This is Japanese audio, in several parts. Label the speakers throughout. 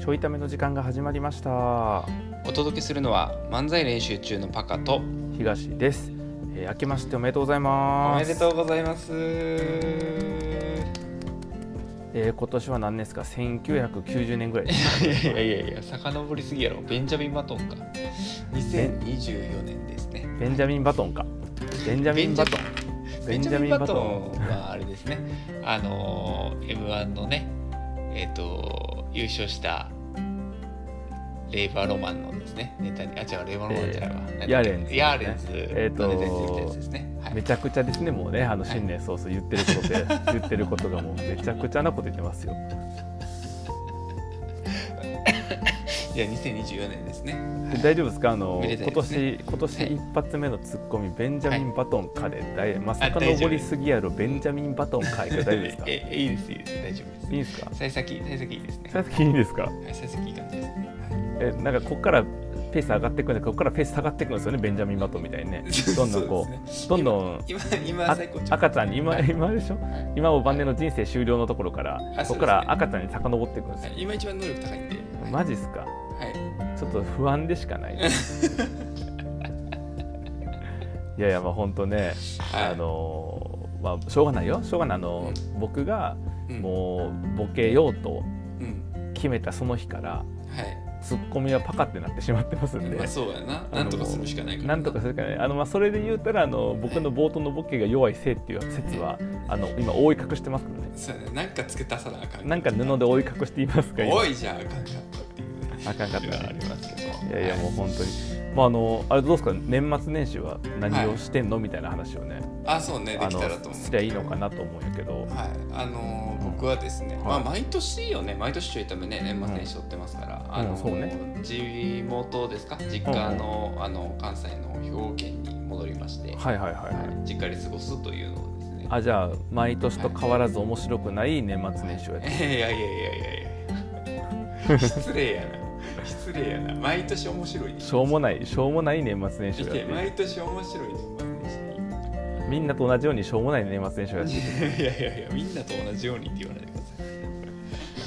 Speaker 1: ちょいための時間が始まりました
Speaker 2: お届けするのは漫才練習中のパカと
Speaker 1: 東です、えー、明けましておめでとうござい
Speaker 2: お
Speaker 1: ます
Speaker 2: めでと
Speaker 1: う、
Speaker 2: うございます
Speaker 1: えー、今年は何年ですか1990年ぐらいです
Speaker 2: いやいやいやいや遡りすぎやろベンジャミン・バトンか2024年ですね
Speaker 1: ベンジャミン・バトンかベンジャミン・バトン
Speaker 2: ベンジャミン・バトンはあれですねあの m 1のねえっ、と優勝したレイバーロマンのですねネタにあ違うレイバーロマンじゃないわ、
Speaker 1: えーヤーレンズね
Speaker 2: ヤーレンズ
Speaker 1: えーと
Speaker 2: のネタにするみたいなやつですね、はい
Speaker 1: めちゃくちゃですねもうねあの新年早々言ってることで、 言ってることがもうめちゃくちゃなこと言ってますよ
Speaker 2: いや2024年ですね
Speaker 1: で大丈夫ですかあの
Speaker 2: めでた
Speaker 1: 今
Speaker 2: いですね
Speaker 1: 年今年
Speaker 2: はい
Speaker 1: 一発目のツッコミ、ベンジャミン・バトンかで、だい、まさ
Speaker 2: あ
Speaker 1: か
Speaker 2: 大丈
Speaker 1: 登
Speaker 2: 夫
Speaker 1: りすぎやろベンジャミン・バトンかいが大丈夫ですかい
Speaker 2: えいいですいいです大丈夫
Speaker 1: い
Speaker 2: で
Speaker 1: ですか
Speaker 2: す幸先幸先いいですね
Speaker 1: さっきいいですか
Speaker 2: はい幸先いい感じですね
Speaker 1: えなんかここからペース上がっていくんでここからペース下がっていくんですよねベンジャミン・バトンみたいに ねどんどんこう
Speaker 2: そうですね
Speaker 1: どんどん
Speaker 2: 今今
Speaker 1: あ
Speaker 2: 今最高潮
Speaker 1: 赤ちゃんに今
Speaker 2: はい
Speaker 1: 今あれでしょ
Speaker 2: はい
Speaker 1: 今お晩年の人生終了のところから
Speaker 2: あ
Speaker 1: こ
Speaker 2: そうですね
Speaker 1: こから赤ちゃんに遡っていくんです
Speaker 2: はい
Speaker 1: よ
Speaker 2: 今一番能力高いんではい
Speaker 1: マジっすか
Speaker 2: はい
Speaker 1: ちょっと不安でしか ないいやいやまあ本当ね
Speaker 2: はい
Speaker 1: あのーまあしょうがないよしょうがないあのー僕がもうボケようと
Speaker 2: うん、うん、
Speaker 1: 決めたその日から
Speaker 2: はい
Speaker 1: ツッコミはパカってなってしまってますんで
Speaker 2: まあそうやな。なんとかするしかないから。
Speaker 1: なんとかするかねあの、まあ、それで言うたらあの僕の冒頭のボケが弱いせいっていう説はあの今覆い隠してますからね
Speaker 2: そうやな。なんか付け足さなあかん。
Speaker 1: なんか布で覆い隠していますが今
Speaker 2: 多いじゃん。あかんかったっていう、ね。
Speaker 1: あかんかったね
Speaker 2: のはありますけど。
Speaker 1: いやいやもう
Speaker 2: う。
Speaker 1: 本当に、まあ、あのあれどうですか年末年始は何をしてんの、みたいな話をね
Speaker 2: あ、そうね。で
Speaker 1: あ
Speaker 2: き
Speaker 1: の
Speaker 2: たらと思う。
Speaker 1: すりゃいいのか。なと思うんやけど
Speaker 2: はい。あのー僕はですね、
Speaker 1: はい
Speaker 2: まあ毎年よね。毎年ちょいためね、年末年始撮ってますから。あのー
Speaker 1: そうね
Speaker 2: 地元ですか。実家の、あの関西の兵庫県に戻りまして、
Speaker 1: はいはいはいはい
Speaker 2: はい実家で過ごすというのをですね。
Speaker 1: あじゃあ毎年と変わらず面白くない年末年始をやっ
Speaker 2: い
Speaker 1: て
Speaker 2: やいやいやいやいや 失礼やな失礼やな毎年面白いね
Speaker 1: しょうもないしょうもない年末年始
Speaker 2: い
Speaker 1: をや
Speaker 2: け
Speaker 1: って
Speaker 2: 毎年面白いね
Speaker 1: みんなと同じようにしょうもない年末年始をやって
Speaker 2: いやいやいやみんなと同じようにって言わないでください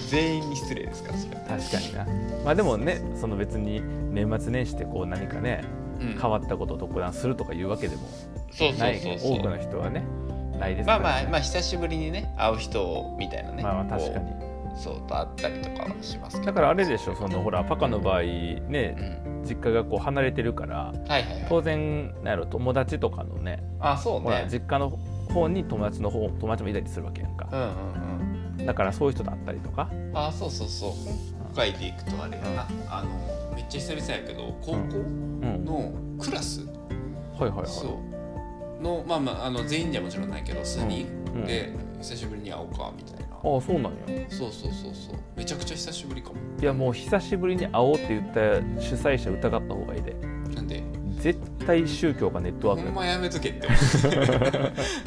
Speaker 2: 全員に失礼ですからそれは
Speaker 1: 確かになまあでもねその別に年末年始ってこう何かね
Speaker 2: うん
Speaker 1: 変わったことを特段するとかいうわけでも
Speaker 2: そうそ
Speaker 1: ない、
Speaker 2: うそう
Speaker 1: 多くの人はねないです
Speaker 2: ま
Speaker 1: か
Speaker 2: あ
Speaker 1: ら、
Speaker 2: まあまあ久しぶりにね会う人みたいなね
Speaker 1: まあまあ確かに
Speaker 2: こうそうと会ったりとかはしますけど
Speaker 1: だからあれでしょそのほらパカの場合ね
Speaker 2: うん
Speaker 1: 実家がこう離れてるから
Speaker 2: はいはいはい
Speaker 1: 当然なんやろ友達とかのね
Speaker 2: あそう
Speaker 1: ほら
Speaker 2: ね
Speaker 1: 実家の方に友達の方友達もいたりするわけやん
Speaker 2: う
Speaker 1: か
Speaker 2: んうんうん
Speaker 1: だからそういう人と会ったりとか
Speaker 2: あそうそうそう今回でいくとあれやな、あのめっちゃ久々やけど高校
Speaker 1: うん
Speaker 2: のクラス、
Speaker 1: はいはいはい
Speaker 2: そうのまあまああの全員じゃもちろんないけど数人
Speaker 1: うんうん
Speaker 2: で久しぶりに会おうかみたいな、
Speaker 1: ああそうなんや
Speaker 2: そうそうそうそうめちゃくちゃ久しぶりかも
Speaker 1: いやもう久しぶりに会おうって言った主催者疑った方がいいで
Speaker 2: なんで
Speaker 1: 絶対宗教がネット
Speaker 2: ほ
Speaker 1: ワーク
Speaker 2: ん
Speaker 1: だ
Speaker 2: まやめとけって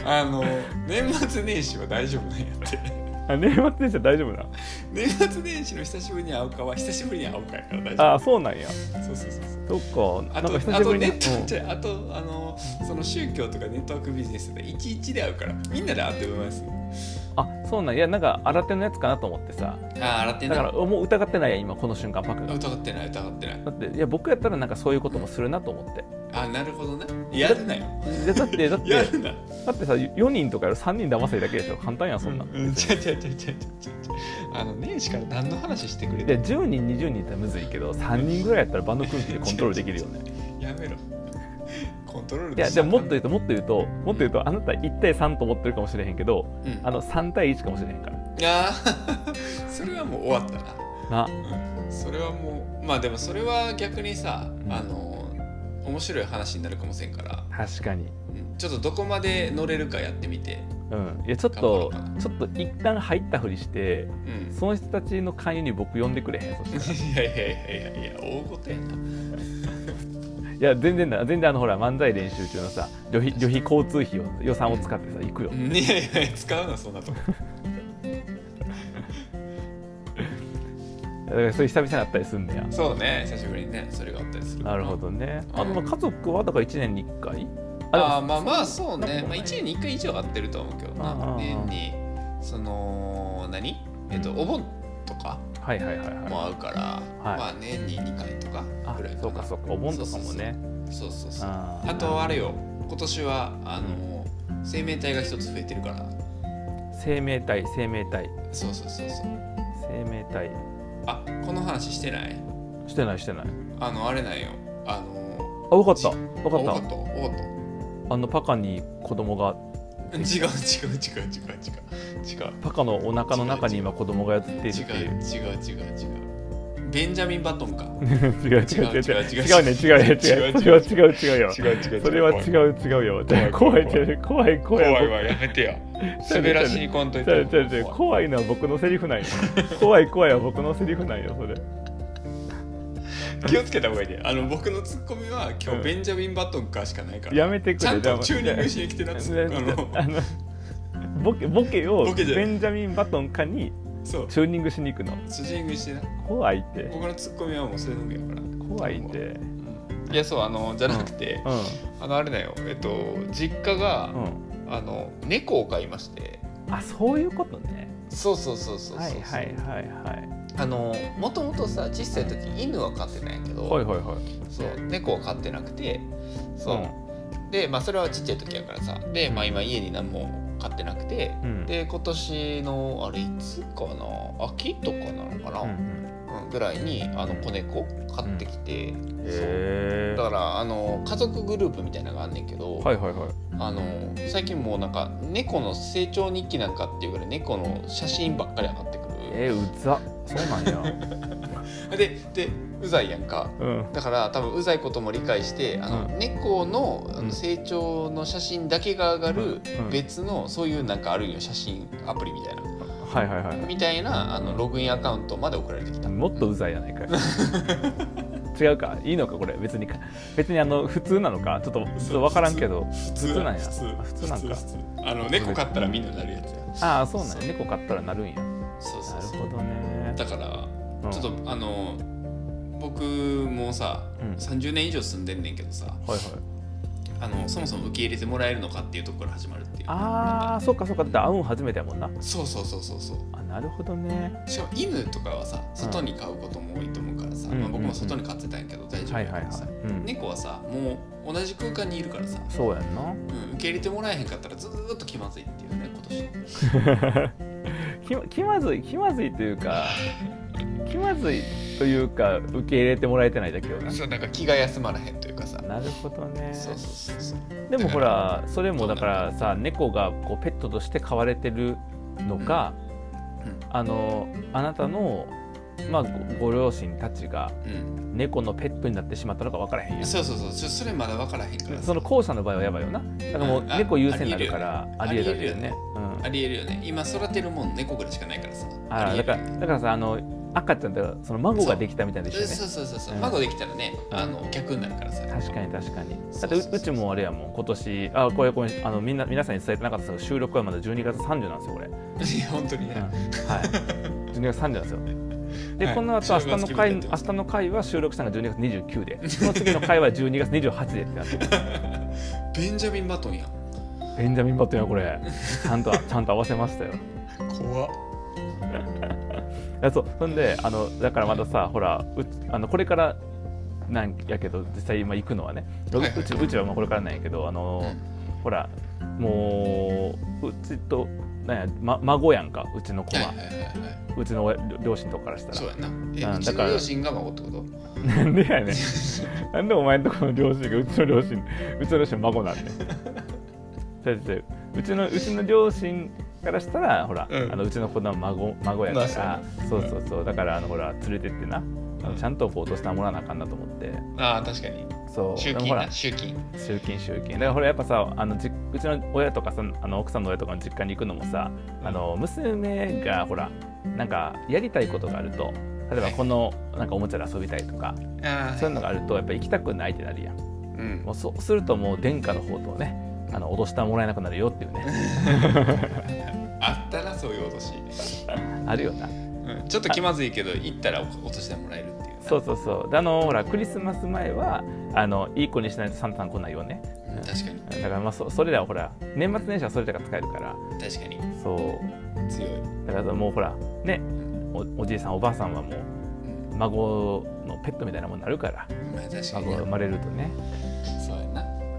Speaker 2: あの年末年始は大丈夫なんやって
Speaker 1: あ年末年始は大丈夫な
Speaker 2: 年末年始の久しぶりに会うかは久しぶりに会うかやから大丈
Speaker 1: ああそうなんや
Speaker 2: 夫そうそうそうそう
Speaker 1: そっか
Speaker 2: あ
Speaker 1: なん
Speaker 2: と
Speaker 1: か久
Speaker 2: あ
Speaker 1: しぶ
Speaker 2: と
Speaker 1: り
Speaker 2: ネ
Speaker 1: に
Speaker 2: ット、
Speaker 1: うん
Speaker 2: じゃああとあのその宗教とかネットワークビジネスでいちいちで会うからみんなで会ってます
Speaker 1: あそうなんやいやなんか新手のやつかなと思ってさ
Speaker 2: あ洗って
Speaker 1: だ
Speaker 2: な
Speaker 1: か
Speaker 2: い
Speaker 1: らもう疑ってないやん今この瞬間パクが
Speaker 2: 疑ってない疑ってない
Speaker 1: だっていや僕やったらなんかそういうこともするなと思って
Speaker 2: あなるほどねやるなよ
Speaker 1: いやだってだって
Speaker 2: やるな
Speaker 1: だってさ4人とかやろ3人騙せるだけでしょ簡単やんそんな、
Speaker 2: うんちゃちゃちゃちゃちゃちゃあの年始から何の話してくれ
Speaker 1: で
Speaker 2: て
Speaker 1: 10人20人いったらむずいけど3人ぐらいやったら場の空気でコントロールできるよね
Speaker 2: やめろコントロール
Speaker 1: いやでももっと言うともっと言うともっと言うとあなた1対3と思ってるかもしれへんけど
Speaker 2: うん
Speaker 1: あの3対1かもしれへんから
Speaker 2: あー それはもう終わったな
Speaker 1: な
Speaker 2: うんそれはもうまあでもそれは逆にさ、
Speaker 1: ん
Speaker 2: あの面白い話になるかもしれんから
Speaker 1: 確かに
Speaker 2: うんちょっとどこまで乗れるかやってみて、
Speaker 1: うんいやちょっとちょっと一旦入ったふりして
Speaker 2: うん
Speaker 1: その人たちの勧誘に僕呼んでくれへんそしたら
Speaker 2: いやいやいやいやいや大ごとやない
Speaker 1: や全然だ全然あのほら漫才練習中のさ旅費旅費交通費を予算を使ってさ行くよ
Speaker 2: うんいやいや使うなそんなとこ
Speaker 1: だからそれ久々になったりすんねや
Speaker 2: そうね久しぶりにねそれがあったりする
Speaker 1: なるほどねあ
Speaker 2: うん
Speaker 1: の家族はだから1年に1回
Speaker 2: ああ
Speaker 1: でも
Speaker 2: まあまあそうね、まあ、1年に1回以上会ってると思うけど
Speaker 1: あああ
Speaker 2: な
Speaker 1: あ
Speaker 2: 年にその何えっとお盆とか
Speaker 1: はいはいはいはい
Speaker 2: も合うから、まあ年に2回とか
Speaker 1: あ
Speaker 2: ぐらいかな
Speaker 1: そうかそうかお盆とかもね
Speaker 2: そうそうそう
Speaker 1: あー
Speaker 2: あとあれよ今年はあの、生命体が一つ増えてるから
Speaker 1: 生命体生命体
Speaker 2: そうそうそうそう
Speaker 1: 生命体
Speaker 2: あこの話してない
Speaker 1: してないしてない
Speaker 2: あのあれなんよあの
Speaker 1: あ分かった
Speaker 2: じ
Speaker 1: 分か
Speaker 2: お
Speaker 1: っ
Speaker 2: ことおこと
Speaker 1: たあのパカに子供が
Speaker 2: 違う違う違う違う違う
Speaker 1: パカのお腹の中に今子供がやっているってい
Speaker 2: 違
Speaker 1: う
Speaker 2: 違
Speaker 1: う
Speaker 2: う違う違う違うベンジャミン・バトンか
Speaker 1: 違う違う違う違う違うね違うね違うそれは違う 違うよ
Speaker 2: 違う違う違う
Speaker 1: それは違う違うよ怖
Speaker 2: 怖
Speaker 1: い
Speaker 2: い
Speaker 1: 怖い怖
Speaker 2: 怖
Speaker 1: い
Speaker 2: いわやめて よ滑らしにこんとい
Speaker 1: ちゃう
Speaker 2: て
Speaker 1: ちゃうちゃう怖いのは僕のセリフなんよ怖い怖いは僕のセリフなんよそれ
Speaker 2: 気をつけた方がいいであの僕のツッコミは今
Speaker 1: うん
Speaker 2: 日ベンジャミン・バトンかしかないから
Speaker 1: やめてくれ
Speaker 2: ちゃん
Speaker 1: じゃ
Speaker 2: と
Speaker 1: あ
Speaker 2: チューニングしに来てなっつあの
Speaker 1: あのボケボケを
Speaker 2: ボケじゃな
Speaker 1: ベ
Speaker 2: い
Speaker 1: ンジャミン・バトンかに
Speaker 2: そう
Speaker 1: チューニングしに行くの
Speaker 2: チューニングしてな
Speaker 1: 怖いって
Speaker 2: 僕のツッコミはもうそれのみやから
Speaker 1: 怖いって
Speaker 2: うんいやそうあのじゃなくて、
Speaker 1: うん
Speaker 2: あのあれだよえっと実家が、
Speaker 1: うん
Speaker 2: あの猫を飼いまして
Speaker 1: あそういうことね
Speaker 2: そうそうそうそうそう、
Speaker 1: はいはいはいはい
Speaker 2: あのもともとさ小さい時犬は飼ってないけど、
Speaker 1: はいはいはい
Speaker 2: そう猫を飼ってなくてそう、でまあそれはちっちゃい時やからさでまあ今家に何も飼ってなくて、
Speaker 1: うん
Speaker 2: で今年のあれいつかな秋とかなのかな、
Speaker 1: う
Speaker 2: うん
Speaker 1: ん
Speaker 2: ぐらいにあの子猫飼ってきて、
Speaker 1: うん
Speaker 2: そう
Speaker 1: へえ
Speaker 2: だからあの家族グループみたいなのがあんねんけど、
Speaker 1: はいはいはい
Speaker 2: あの最近もうなんか猫の成長日記なんかっていうぐらい猫の写真ばっかり上がってくる
Speaker 1: えーうざそうなんや
Speaker 2: ででうざいやんか
Speaker 1: うん
Speaker 2: だから多分うざいことも理解してあの、
Speaker 1: う
Speaker 2: 猫のあ
Speaker 1: うん
Speaker 2: の成長の写真だけが上がる
Speaker 1: うん
Speaker 2: 別のそういうなんかあるんよ写真アプリみたいな
Speaker 1: はいはいはい
Speaker 2: みたいなあのログインアカウントまで送られてきた
Speaker 1: もっとうざいやないかい 違うかいいのかこれ別にか別にあの普通なのかちょっとちょっと分からんけど
Speaker 2: 普
Speaker 1: 普通なんや
Speaker 2: 普通
Speaker 1: あ普通なんか
Speaker 2: 普通あの猫飼ったらみんななるやつや
Speaker 1: ああそうなんや
Speaker 2: そう
Speaker 1: 猫飼ったらなるんやな
Speaker 2: そうそう
Speaker 1: る
Speaker 2: そう
Speaker 1: ほどね
Speaker 2: だから
Speaker 1: うん
Speaker 2: ちょっとあの僕もさ、
Speaker 1: うん
Speaker 2: 30年以上住んでんねんけどさ
Speaker 1: はいはい
Speaker 2: あのそもそも受け入れてもらえるのかっていうところから始まるっていう
Speaker 1: ああそうかそうかだって会うん初めてやもんな
Speaker 2: そうそうそうそうそう
Speaker 1: あなるほどね
Speaker 2: しかも犬とかはさ外に飼うことも多いと思うからさ、
Speaker 1: うん
Speaker 2: まあ、僕も外に飼ってたんやけど大丈夫
Speaker 1: は
Speaker 2: や
Speaker 1: いはいは
Speaker 2: か
Speaker 1: い
Speaker 2: らさ、、
Speaker 1: うん、
Speaker 2: 猫はさもう同じ空間にいるからさ、
Speaker 1: そうやんな
Speaker 2: うん、受け入れてもらえへんかったらずーっと気まずいっていうね今年
Speaker 1: 気ま気まずい気まずいというか気まずいというか受け入れてもらえてないだけよな
Speaker 2: そうなんか気が休まらへんというかさ
Speaker 1: なるほどね
Speaker 2: そうそうそうそう
Speaker 1: でもほ
Speaker 2: だ
Speaker 1: らそれもだからさ猫がこうペットとして飼われてるのか、
Speaker 2: う
Speaker 1: あのあなたの、まあ、ごご両親たちが
Speaker 2: うん
Speaker 1: 猫のペットになってしまったのか分からへんよ
Speaker 2: そうそうそうそそれまだ分からへんからさ
Speaker 1: その後者の場合はやばいよなだからもう
Speaker 2: うんあ
Speaker 1: 猫優先になるからあ
Speaker 2: あ
Speaker 1: り
Speaker 2: り
Speaker 1: える
Speaker 2: える
Speaker 1: あ
Speaker 2: よ
Speaker 1: り
Speaker 2: ね
Speaker 1: えるね、うん、
Speaker 2: ありえるよね今育てるもん猫ぐらいしかないからさ
Speaker 1: あ
Speaker 2: りえ
Speaker 1: だ
Speaker 2: る
Speaker 1: からだからさあの赤ちゃんだからその孫ができたみたいで
Speaker 2: え
Speaker 1: すよね
Speaker 2: そうそうそうそう、
Speaker 1: うん
Speaker 2: 孫できたらね
Speaker 1: うん
Speaker 2: あの逆になるからさ
Speaker 1: 確かに確かにだ
Speaker 2: そ
Speaker 1: っ
Speaker 2: う
Speaker 1: て
Speaker 2: そうそう
Speaker 1: ううちもあれやもん今年あこれごめんあのみんな皆さんに伝えてなかったんですけど収録はまだ12月30なんですよこれ
Speaker 2: いや 本当にね、
Speaker 1: はい。12月30なんですよ。で、
Speaker 2: はい
Speaker 1: この後明日の回明日の回は
Speaker 2: 正月気分でやってます
Speaker 1: 収録したのが12月29で、その次の回は12月28でってなってる、
Speaker 2: ベンジャミン・バトンやん
Speaker 1: ベンジャミンバットンやこれ。ちゃんと ちゃんと合わせましたよ。
Speaker 2: 怖っ
Speaker 1: あそう、そんであのだからまださ、ほら、うあのこれからなんやけど実際今行くのはね、う
Speaker 2: はいはいう
Speaker 1: ちうちはまあこれからなんやけど、あの、ほら、もううちと。なんやま、孫やんかうちの子
Speaker 2: はい
Speaker 1: は
Speaker 2: はいはいは
Speaker 1: うちの親両親とかからした
Speaker 2: い
Speaker 1: ら
Speaker 2: そうやなえ
Speaker 1: うん
Speaker 2: う
Speaker 1: だ
Speaker 2: ち
Speaker 1: か
Speaker 2: の
Speaker 1: ら
Speaker 2: 両親が孫ってこと
Speaker 1: なんでやねん。なんでお前んとこの両親がうちの両親、うちの両親孫なんねん。違う違ううちのうちの両親からしたらほら、
Speaker 2: うん
Speaker 1: あのうちの子供は孫孫やから、
Speaker 2: まあ
Speaker 1: そ
Speaker 2: そう
Speaker 1: う
Speaker 2: ね
Speaker 1: そうそうだからあのほら連れてってな、あのちゃんとこうお年玉もらわなあかんなと思って
Speaker 2: ああ確かに
Speaker 1: そうで
Speaker 2: 集
Speaker 1: も
Speaker 2: 金
Speaker 1: ほら
Speaker 2: な集金
Speaker 1: 集金集金だからほらやっぱさあのじうちの親とかさあの奥さんの親とかの実家に行くのもさあの娘がほらなんかやりたいことがあると例えばこのなんかおもちゃで遊びたいとか
Speaker 2: ああ
Speaker 1: そういうのがあるとやっぱ行きたくないってなるやん
Speaker 2: うん
Speaker 1: もうそうするともう殿下の方とねあのお年玉もらえなくなるよっていう ね
Speaker 2: あったなそういう脅し、
Speaker 1: あるよな
Speaker 2: うん、ちょっと気まずいけど行ったらお落としてもらえるっていうな
Speaker 1: そうそうそうであのほらクリスマス前はあのいい子にしないとサンタさん来ないよね
Speaker 2: うん確かに
Speaker 1: だからまあそそれらはほら年末年始はそれらが使えるから
Speaker 2: 確かに
Speaker 1: そう
Speaker 2: 強い
Speaker 1: だからもうほらねおおじいさんおばあさんはもう孫のペットみたいなもんになるから
Speaker 2: まあ確かに
Speaker 1: 孫が
Speaker 2: ね
Speaker 1: 生まれるとね
Speaker 2: そうや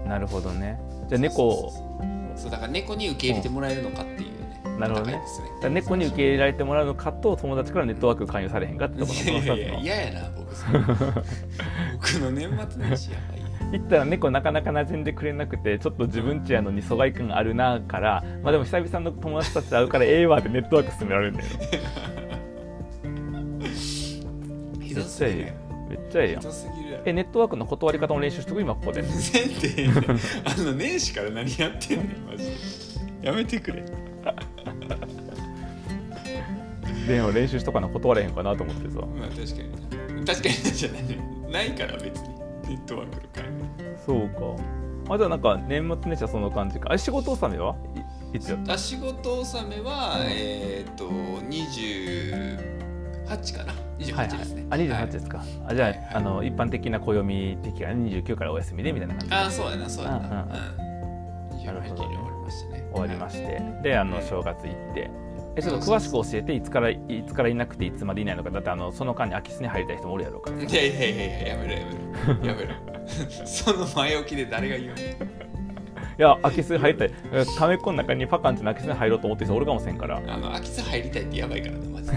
Speaker 2: な
Speaker 1: なるほどねじゃあ猫を
Speaker 2: そうそうそうそうだから猫に受け入れてもらえるのかっていうね、
Speaker 1: んなるほどね
Speaker 2: 戦いですね
Speaker 1: だから猫に受け入れられてもらうのかと友達からネットワーク勧誘されへんかってところのこの
Speaker 2: い
Speaker 1: 二つ
Speaker 2: やいや
Speaker 1: の
Speaker 2: いや嫌やな僕それ僕の年末年始やばいよ
Speaker 1: 行ったら猫なかなか馴染んでくれなくてちょっと自分ちやのに疎外感あるなからまあでも久々の友達たちと会うからええわってネットワーク進められるんだよ
Speaker 2: ひ
Speaker 1: め
Speaker 2: ど
Speaker 1: っ
Speaker 2: す
Speaker 1: ちゃ
Speaker 2: ぎ
Speaker 1: え
Speaker 2: る
Speaker 1: えやんめ
Speaker 2: や
Speaker 1: っちゃええ
Speaker 2: ん
Speaker 1: やん
Speaker 2: ひどすぎるやろ
Speaker 1: えネットワークの断り方の練習しとく今ここで
Speaker 2: せんてええねんあの年始から何やってんねんマジでやめてくれ
Speaker 1: でも練習しとかな断れへんかなと思ってさ
Speaker 2: まあ確かに確かにじゃないねないから別にネットワークの会
Speaker 1: そうかあじゃあなんか年末年始はその感じかあ仕事納めはいいつやっ
Speaker 2: あ仕事納めは、えっ、ー、と28かな
Speaker 1: た
Speaker 2: 28ですね、
Speaker 1: はいはい、あ28ですか、あじゃあ,、
Speaker 2: はいはい
Speaker 1: あの一般的な暦的な29からお休みでみたいな感じ
Speaker 2: ああそうやなそうやなうん
Speaker 1: なるほ
Speaker 2: 28に
Speaker 1: ど
Speaker 2: 終わりましたね
Speaker 1: 終わりまし
Speaker 2: し
Speaker 1: てであの正月行ってえちょっと詳しく教えていつからいつからいなくていつまでいないのかだってあのその間に空き巣に入りたい人もおるやろうから
Speaker 2: いやいやいやいややめろやめろやめろ その前置きで誰が言うの
Speaker 1: いや空き巣入りたいえためっこの中にパカンって空き巣に入ろうと思ってる人おるかもしれんから
Speaker 2: あの空き巣入りたいってやばいからねマジで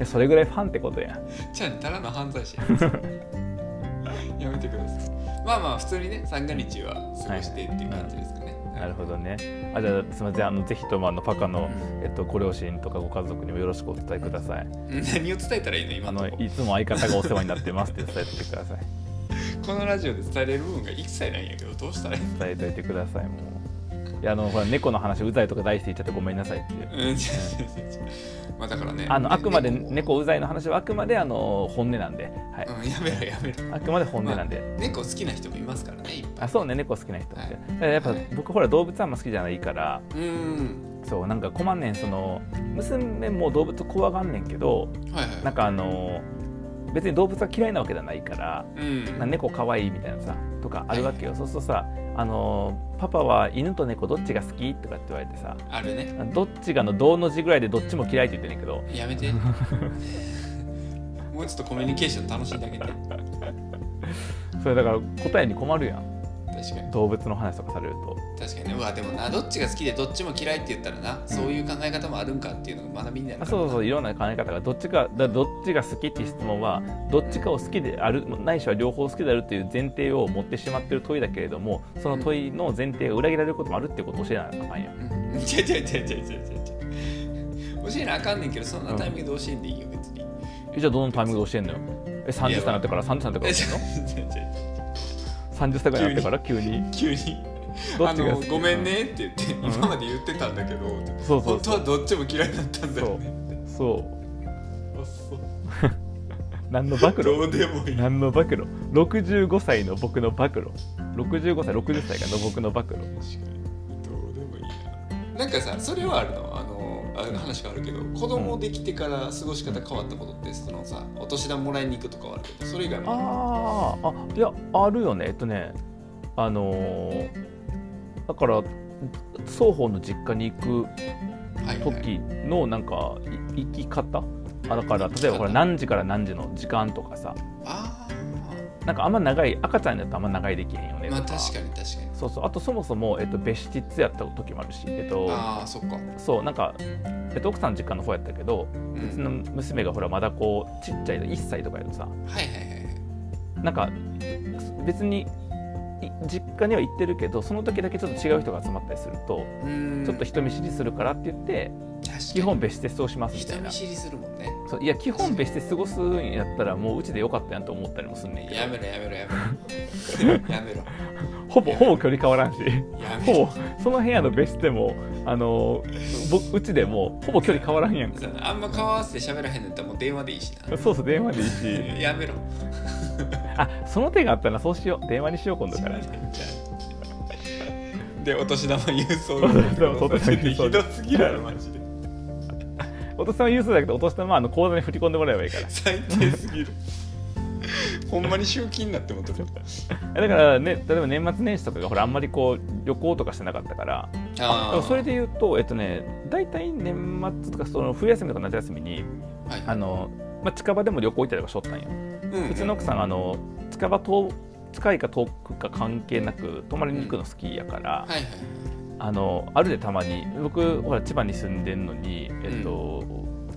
Speaker 1: えそれぐらいファンってことやん
Speaker 2: ちゃんたらの犯罪者ややめてくださいまあまあ普通にね三が日は過ごしてっていう感じですかね、
Speaker 1: なるほどねあじゃあすみませんあのぜひともあのパカの、
Speaker 2: うん
Speaker 1: えっと、ご両親とかご家族にもよろしくお伝えください
Speaker 2: 何を伝えたらいいの
Speaker 1: あ
Speaker 2: 今の
Speaker 1: の
Speaker 2: とこ
Speaker 1: いつも相方がお世話になってますって伝えてください
Speaker 2: このラジオで伝えれる部分が一切ないんやけどどうしたらいい
Speaker 1: 伝えといてくださいもういやあのほら猫の話うざいとか大して言っちゃってごめんなさいっていう
Speaker 2: のうん違う違う違うまあだからね
Speaker 1: あのあくまで
Speaker 2: も
Speaker 1: 猫うざいの話はあくまであの本音なんで、はい、
Speaker 2: うん、やめろやめろ
Speaker 1: あくまで本音なんで、
Speaker 2: 猫好きな人もいますからねいっぱい
Speaker 1: あそうね猫好きな人って、
Speaker 2: はい
Speaker 1: だからやっぱ
Speaker 2: はい
Speaker 1: 僕ほら動物あんま好きじゃないから
Speaker 2: うー
Speaker 1: そうなんか困んねんその娘も動物怖がんねんけど
Speaker 2: んはいはい
Speaker 1: なんかあの別に動物が嫌いなわけじゃないから
Speaker 2: うん
Speaker 1: なんか猫可愛いみたいなさとかあるわけよ、そうするとさあの「パパは犬と猫どっちが好き?」とかって言われてさ
Speaker 2: あるね
Speaker 1: 「どっちが」の「どう」の字ぐらいでどっちも嫌いって言ってんねんけど
Speaker 2: やめて もうちょっとコミュニケーション楽しんであげて確か
Speaker 1: それだから答えに困るやん
Speaker 2: に
Speaker 1: 動物の話とかされると
Speaker 2: 確かにねうわでもなどっちが好きでどっちも嫌いって言ったらな、そういう考え方もあるんかっていうのが学びになる
Speaker 1: あ
Speaker 2: から
Speaker 1: そうそうういろんな考え方がどっちかだどっちが好きっていう質問はどっちかを好きであるないしは両方好きであるという前提を持ってしまってる問いだけれどもその問いの前提が裏切られることもあるってことを教えなあかんやん
Speaker 2: ん ちゃちゃちゃちゃちゃちゃ教えなあかんねんけどそんなタイミングで教えんでいいよ別に、
Speaker 1: えじゃあどのタイミングで教えんのよえ30歳になってから30歳になってから
Speaker 2: え
Speaker 1: 教
Speaker 2: ち
Speaker 1: えん
Speaker 2: ゃ
Speaker 1: の
Speaker 2: ちゃちゃ
Speaker 1: 30歳ぐらいになってから急に
Speaker 2: 急に
Speaker 1: ど
Speaker 2: あ
Speaker 1: っちが
Speaker 2: の
Speaker 1: 好き
Speaker 2: ごめんねって言って、
Speaker 1: ん
Speaker 2: 今まで言ってたんだけど、
Speaker 1: そうそう
Speaker 2: 本当はどっちも嫌いだったんだよね
Speaker 1: うんそう
Speaker 2: あそう
Speaker 1: 何の暴露
Speaker 2: どうでもいい
Speaker 1: 何の暴露65歳の僕の暴露65歳60歳がの僕の暴露
Speaker 2: 確かにどうでもいいななんかさそれはあるのあのあ話があるけど子供できてから過ごし方変わったことってそのさお年玉もらいに行くとかはあるけどそれ以外も
Speaker 1: あーあいやあるよねえっとねあのーだから双方の実家に行く
Speaker 2: はいはい
Speaker 1: 時のなんかい生き方あだから例えばこれ何時から何時の時間とかさ
Speaker 2: あ
Speaker 1: なんかあんま長い赤ちゃんだとあんま長いできへんよね
Speaker 2: ー
Speaker 1: とか,、
Speaker 2: まあ確かに確かに
Speaker 1: そうそうあとそもそも、えっと、別室やった時もあるし、えっと、
Speaker 2: ああそっか、
Speaker 1: そうなんか、えっと、奥さん実家の方やったけど
Speaker 2: う
Speaker 1: うち
Speaker 2: ん、
Speaker 1: の娘がほらまだこうちっちゃい1歳とかやとさ
Speaker 2: はいはいはいはい
Speaker 1: なんか別にい実家には行ってるけどその時だけちょっと違う人が集まったりすると、
Speaker 2: うーん
Speaker 1: ちょっと人見知りするからって言って
Speaker 2: 確かに
Speaker 1: 基本別室で過ごしますみた
Speaker 2: 人
Speaker 1: い
Speaker 2: 見
Speaker 1: な
Speaker 2: 知りするもんね
Speaker 1: そういや基本別室で過ごすんやったらもううちでよかったやんと思ったりもすんねんけ
Speaker 2: やめろやめろや めろやめろ
Speaker 1: どほぼほぼ距離変わらんし
Speaker 2: や
Speaker 1: ほ
Speaker 2: めろ
Speaker 1: ぼその部屋の別室でもあのぼうちでもほぼ距離変わらんやんか
Speaker 2: そうやなあんま顔合わせて喋らへんのやったらもう電話でいいし
Speaker 1: そうそう電話でいい
Speaker 2: な
Speaker 1: し
Speaker 2: やめろ
Speaker 1: あその手があったらそうしよう電話にしよう今度から。
Speaker 2: でお年玉郵送
Speaker 1: お年玉郵送
Speaker 2: ひどすぎるやろマジで
Speaker 1: お年玉郵送だけどお年玉はあの口座に振り込んでもらえばいいから
Speaker 2: 最低すぎるほんまに集金になってもとる
Speaker 1: えだからね例えば年末年始とかがほらあんまりこう旅行とかしてなかったからだからそれで言うとえっとね大体年末とかその冬休みとか夏休みに
Speaker 2: はい
Speaker 1: あの、まあ、近場でも旅行行ったりとかしょったんよ
Speaker 2: うん
Speaker 1: うちの奥さんあの近場遠近いか遠くか関係なく泊まりに行くの好きやから、
Speaker 2: はいはい
Speaker 1: あのあるでたまに僕ほら千葉に住んでんのに、えっと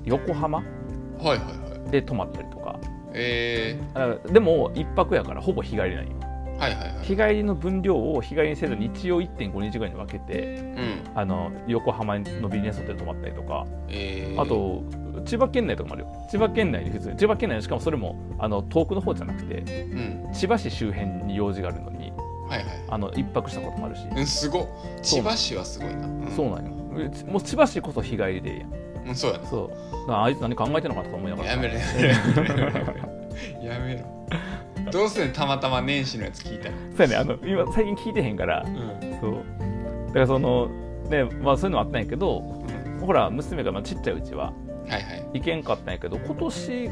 Speaker 1: 横浜
Speaker 2: はいはいはいはい
Speaker 1: で泊まったりとか
Speaker 2: え
Speaker 1: あだからでも一泊やからほぼ日帰りなんよ
Speaker 2: ー、はいはいはい
Speaker 1: 日帰りの分量を日帰りにせずに一応1.5日ぐらいに分けて
Speaker 2: うん
Speaker 1: あの横浜のビジネスホテル泊まったりとか
Speaker 2: えー、
Speaker 1: あと千葉県内とかもあるよ千葉県内に普通に千葉県内しかもそれもあの遠くの方じゃなくて
Speaker 2: うん
Speaker 1: 千葉市周辺に用事があるのに
Speaker 2: はいはい
Speaker 1: あの一泊したこともあるし、
Speaker 2: うんすごっ千葉市はすごいなうん
Speaker 1: そうなんよもう千葉市こそ日帰りでいいやん
Speaker 2: うんそうやな
Speaker 1: そうだからあいつ何考えてんのかなとか思いながら
Speaker 2: やめろやめろやめろやめろどうせたまたま年始のやつ聞いたら
Speaker 1: そうやねあの今最近聞いてへんから
Speaker 2: うん
Speaker 1: そうだからそのねまあそういうのもあったんやけど
Speaker 2: うん
Speaker 1: ほら娘がまあちっちゃいうちは
Speaker 2: はいはい
Speaker 1: 行けんかったんやけど今年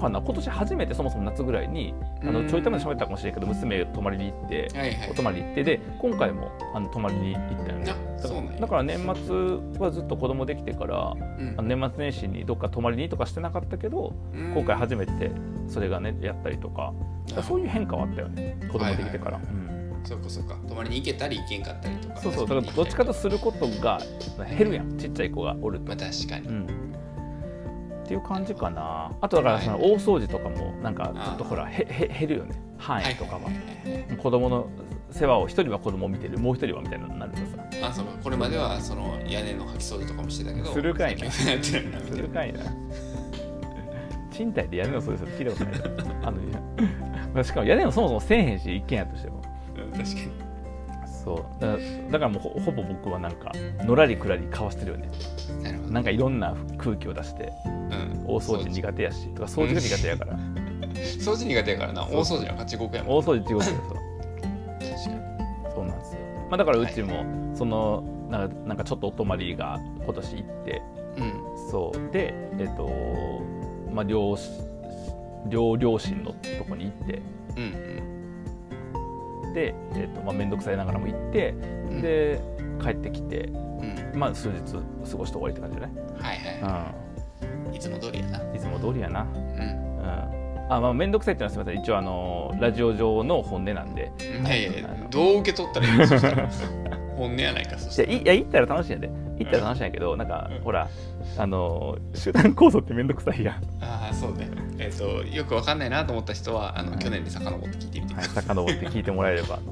Speaker 1: かな今年初めてそもそも夏ぐらいにあ
Speaker 2: うん
Speaker 1: のちょいためで喋ったかもしれんけど娘泊まりに行って
Speaker 2: はいはい
Speaker 1: お泊まり行ってで今回もあの泊まりに行ったよねだ
Speaker 2: あそ
Speaker 1: か
Speaker 2: うなん
Speaker 1: ら
Speaker 2: や
Speaker 1: だから年末はずっと子供できてから
Speaker 2: うん
Speaker 1: あの年末年始にどっか泊まりにとかしてなかったけど
Speaker 2: うん
Speaker 1: 今回初めてそれがねやったりとか
Speaker 2: なるほ
Speaker 1: そう
Speaker 2: ど
Speaker 1: いう変化はあったよね子供できてから、
Speaker 2: はい
Speaker 1: うん
Speaker 2: そうかそうか泊まりに行けたり行けんかったりとか
Speaker 1: そうそうだからどっちかとすることが減るやんちっちゃい子がおると
Speaker 2: まあ確かに、
Speaker 1: うん、っていう感じかなあとだからその大掃除とかもなんかちょっとほらへへ減るよね範囲とかは子供の世話を一人は子供を見てるもう一人はみたいなのになるとさ
Speaker 2: あそうかこれまではその屋根の掃き掃除とかもしてたけど
Speaker 1: するかいな
Speaker 2: 最近はやってないなみ
Speaker 1: す
Speaker 2: たい
Speaker 1: る
Speaker 2: な
Speaker 1: かいな賃貸で屋根の掃除する聞いたことないよあのいやしかも屋根もそもそもせえへんし一軒家としても
Speaker 2: うん確かに
Speaker 1: そうだからだからもうほほぼ僕はなんかのらりくらりかわしてるよね
Speaker 2: なるほど
Speaker 1: なんかいろんな空気を出して
Speaker 2: うん
Speaker 1: 大掃除苦手やしとか掃除が苦手やから
Speaker 2: 掃除苦手やからな
Speaker 1: そ
Speaker 2: 大
Speaker 1: う
Speaker 2: 掃除の勝ち5やもん
Speaker 1: 大掃除地獄だと
Speaker 2: 確かに
Speaker 1: そうなんですよ。まあ、だからうちもそのなんかなんかちょっとお泊まりが今年行って
Speaker 2: うん
Speaker 1: そうでえっ、とまあ両し両両親のとこに行って
Speaker 2: うん
Speaker 1: でえっ、とまあ面倒くさいながらも行って
Speaker 2: うん
Speaker 1: で帰ってきて
Speaker 2: うんうん
Speaker 1: まあ数日過ごして終わりって感じだね。
Speaker 2: はいはいいつも通りやな
Speaker 1: うん。いつも通りやな。
Speaker 2: うん
Speaker 1: うん。あまあ面倒くさいってのはすみません。一応あのラジオ上の本音なんで。
Speaker 2: いやいやどう受け取ったらいいのそした ら本音やないかそし
Speaker 1: い
Speaker 2: た
Speaker 1: やいいや行ったら楽しいんやで行ったら楽しいんやけどなんかほらあの集団構造って面倒くさいやん
Speaker 2: らああそうねえっ、とよくわかんないなと思った人はあの、
Speaker 1: はい
Speaker 2: 去年に遡って聞いてみてく
Speaker 1: は
Speaker 2: だ
Speaker 1: い、
Speaker 2: さい、
Speaker 1: 遡って聞いてもらえ ればあの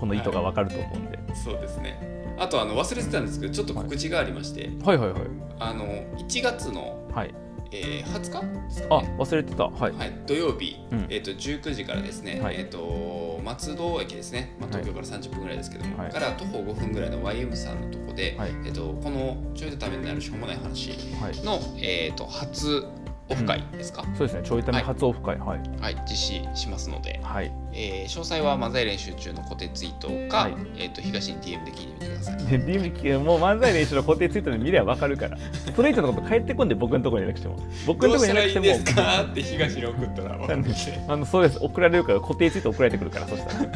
Speaker 1: この意図がわかると思うんで。
Speaker 2: そうですねあとあの忘れてたんですけどちょっと告知がありまして、
Speaker 1: はいはいはい。
Speaker 2: あの1月の、
Speaker 1: はい。
Speaker 2: えー、20日です
Speaker 1: あ
Speaker 2: か、ね
Speaker 1: 忘れてた。はい。
Speaker 2: はい、土曜日、
Speaker 1: うん
Speaker 2: えー、と19時からですね、
Speaker 1: はい
Speaker 2: えー、と松戸駅ですね、まあ、
Speaker 1: はい
Speaker 2: 東京から30分ぐらいですけども、
Speaker 1: はい
Speaker 2: から徒歩5分ぐらいの YM さんのとこで、
Speaker 1: はい
Speaker 2: えー、とこのちょいとためになるしょうもない話
Speaker 1: はい。
Speaker 2: の、えー、と初オフ会ですか、
Speaker 1: そうですね。ちょいため初オフ会。はい。
Speaker 2: はい、実施しますので、
Speaker 1: はい。
Speaker 2: えー詳細は漫才練習中の固定ツイートか、
Speaker 1: はい
Speaker 2: えー、と東に DM で聞いてみてください。
Speaker 1: で、リミキもう漫才練習の固定ツイートで見ればわかるから、ストレートのこと帰ってこんで僕のところに連絡しても。僕の
Speaker 2: どう
Speaker 1: とこ
Speaker 2: し
Speaker 1: ろ
Speaker 2: た
Speaker 1: に
Speaker 2: ら
Speaker 1: 連絡
Speaker 2: い
Speaker 1: し
Speaker 2: いん
Speaker 1: て
Speaker 2: です
Speaker 1: も。
Speaker 2: かって東に送ったら分かるんで
Speaker 1: あのそうです送られるから固定ツイート送られてくるからそしたら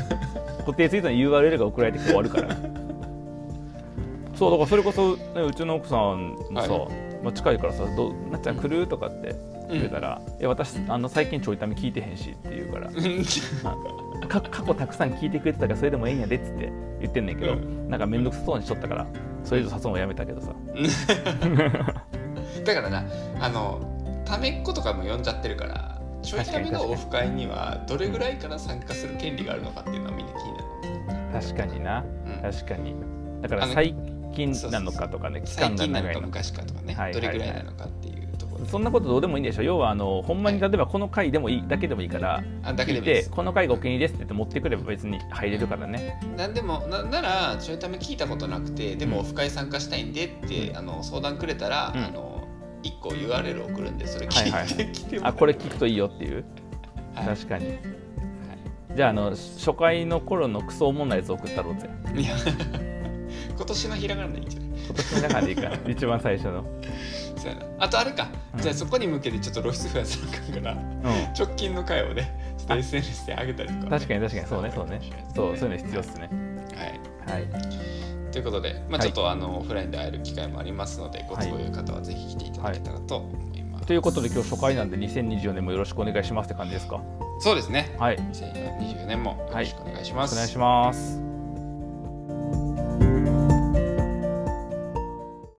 Speaker 1: 固定ツイートの URL が送られてきて終わるからそうだからそれこそ、ね、うちの奥さんもさ、
Speaker 2: は
Speaker 1: まあ、近いからさ「どうなっちゃん来る?」とかって言うたら「え私あの最近ちょいため聞いてへんし」って言うから
Speaker 2: うん
Speaker 1: あか過去たくさん聞いてくれてたからそれでもええんやでっつって言ってんねんけど、
Speaker 2: う
Speaker 1: なんか面倒くさそうにしとったからそれ以上誘うのやめたけどさ
Speaker 2: だからなあのためっ子とかも呼んじゃってるからちょいためのオフ会にはどれぐらいから参加する権利があるのかっていうのはみんな気になる
Speaker 1: 確かにな
Speaker 2: うん
Speaker 1: 確かにだから
Speaker 2: あの
Speaker 1: 最近なのかとかね期間
Speaker 2: 最
Speaker 1: が長
Speaker 2: 近なの
Speaker 1: い
Speaker 2: か
Speaker 1: のか
Speaker 2: 昔かとかね、
Speaker 1: はいはい
Speaker 2: ど
Speaker 1: はい
Speaker 2: れぐらいなのかっていうところで
Speaker 1: そんなことどうでもいいんでしょ要はあのほんまに
Speaker 2: は
Speaker 1: 例え
Speaker 2: い
Speaker 1: ばこの回でもいいだけでもいいから
Speaker 2: あだけ
Speaker 1: 聞い
Speaker 2: でもいいで
Speaker 1: て
Speaker 2: す
Speaker 1: この回がお気に入りですって言って持ってくれば別に入れるからね
Speaker 2: なんでもなならちょいため聞いたことなくてで
Speaker 1: うん
Speaker 2: もオフ会参加したいんでって、あの相談くれたら、
Speaker 1: うん
Speaker 2: あの1個 URL 送るんでそれ聞
Speaker 1: はい
Speaker 2: いてきてもら
Speaker 1: あこれ聞くといいよっていう
Speaker 2: はい
Speaker 1: 確かにじゃああの初回の頃のクソおもんなやつ送ったろうぜ
Speaker 2: い や今年のひらがなでいいんじゃない
Speaker 1: 今年の中でいい から一番最初の
Speaker 2: そうやなあとあれか、
Speaker 1: うん
Speaker 2: じゃあそこに向けてちょっと露出増やさなあかんから
Speaker 1: う
Speaker 2: 直近の回をねちょっと
Speaker 1: あ
Speaker 2: SNS で上げたりとかね、
Speaker 1: ん確かに確かにそうねそうねそうそういうの必要っすね
Speaker 2: は
Speaker 1: は
Speaker 2: い
Speaker 1: い
Speaker 2: ということで、ま
Speaker 1: は
Speaker 2: あ、
Speaker 1: い
Speaker 2: ちょっとあの、オフラインで会える機会もありますのでご都合いう方はぜひ来ていただけたらと思います、
Speaker 1: ということで今日初回なんで2024年もよろしくお願いしますって感じですか
Speaker 2: そうですね。
Speaker 1: はいよ
Speaker 2: 2024年もよろしくお願いしま
Speaker 1: ろし
Speaker 2: す。
Speaker 1: くお願いします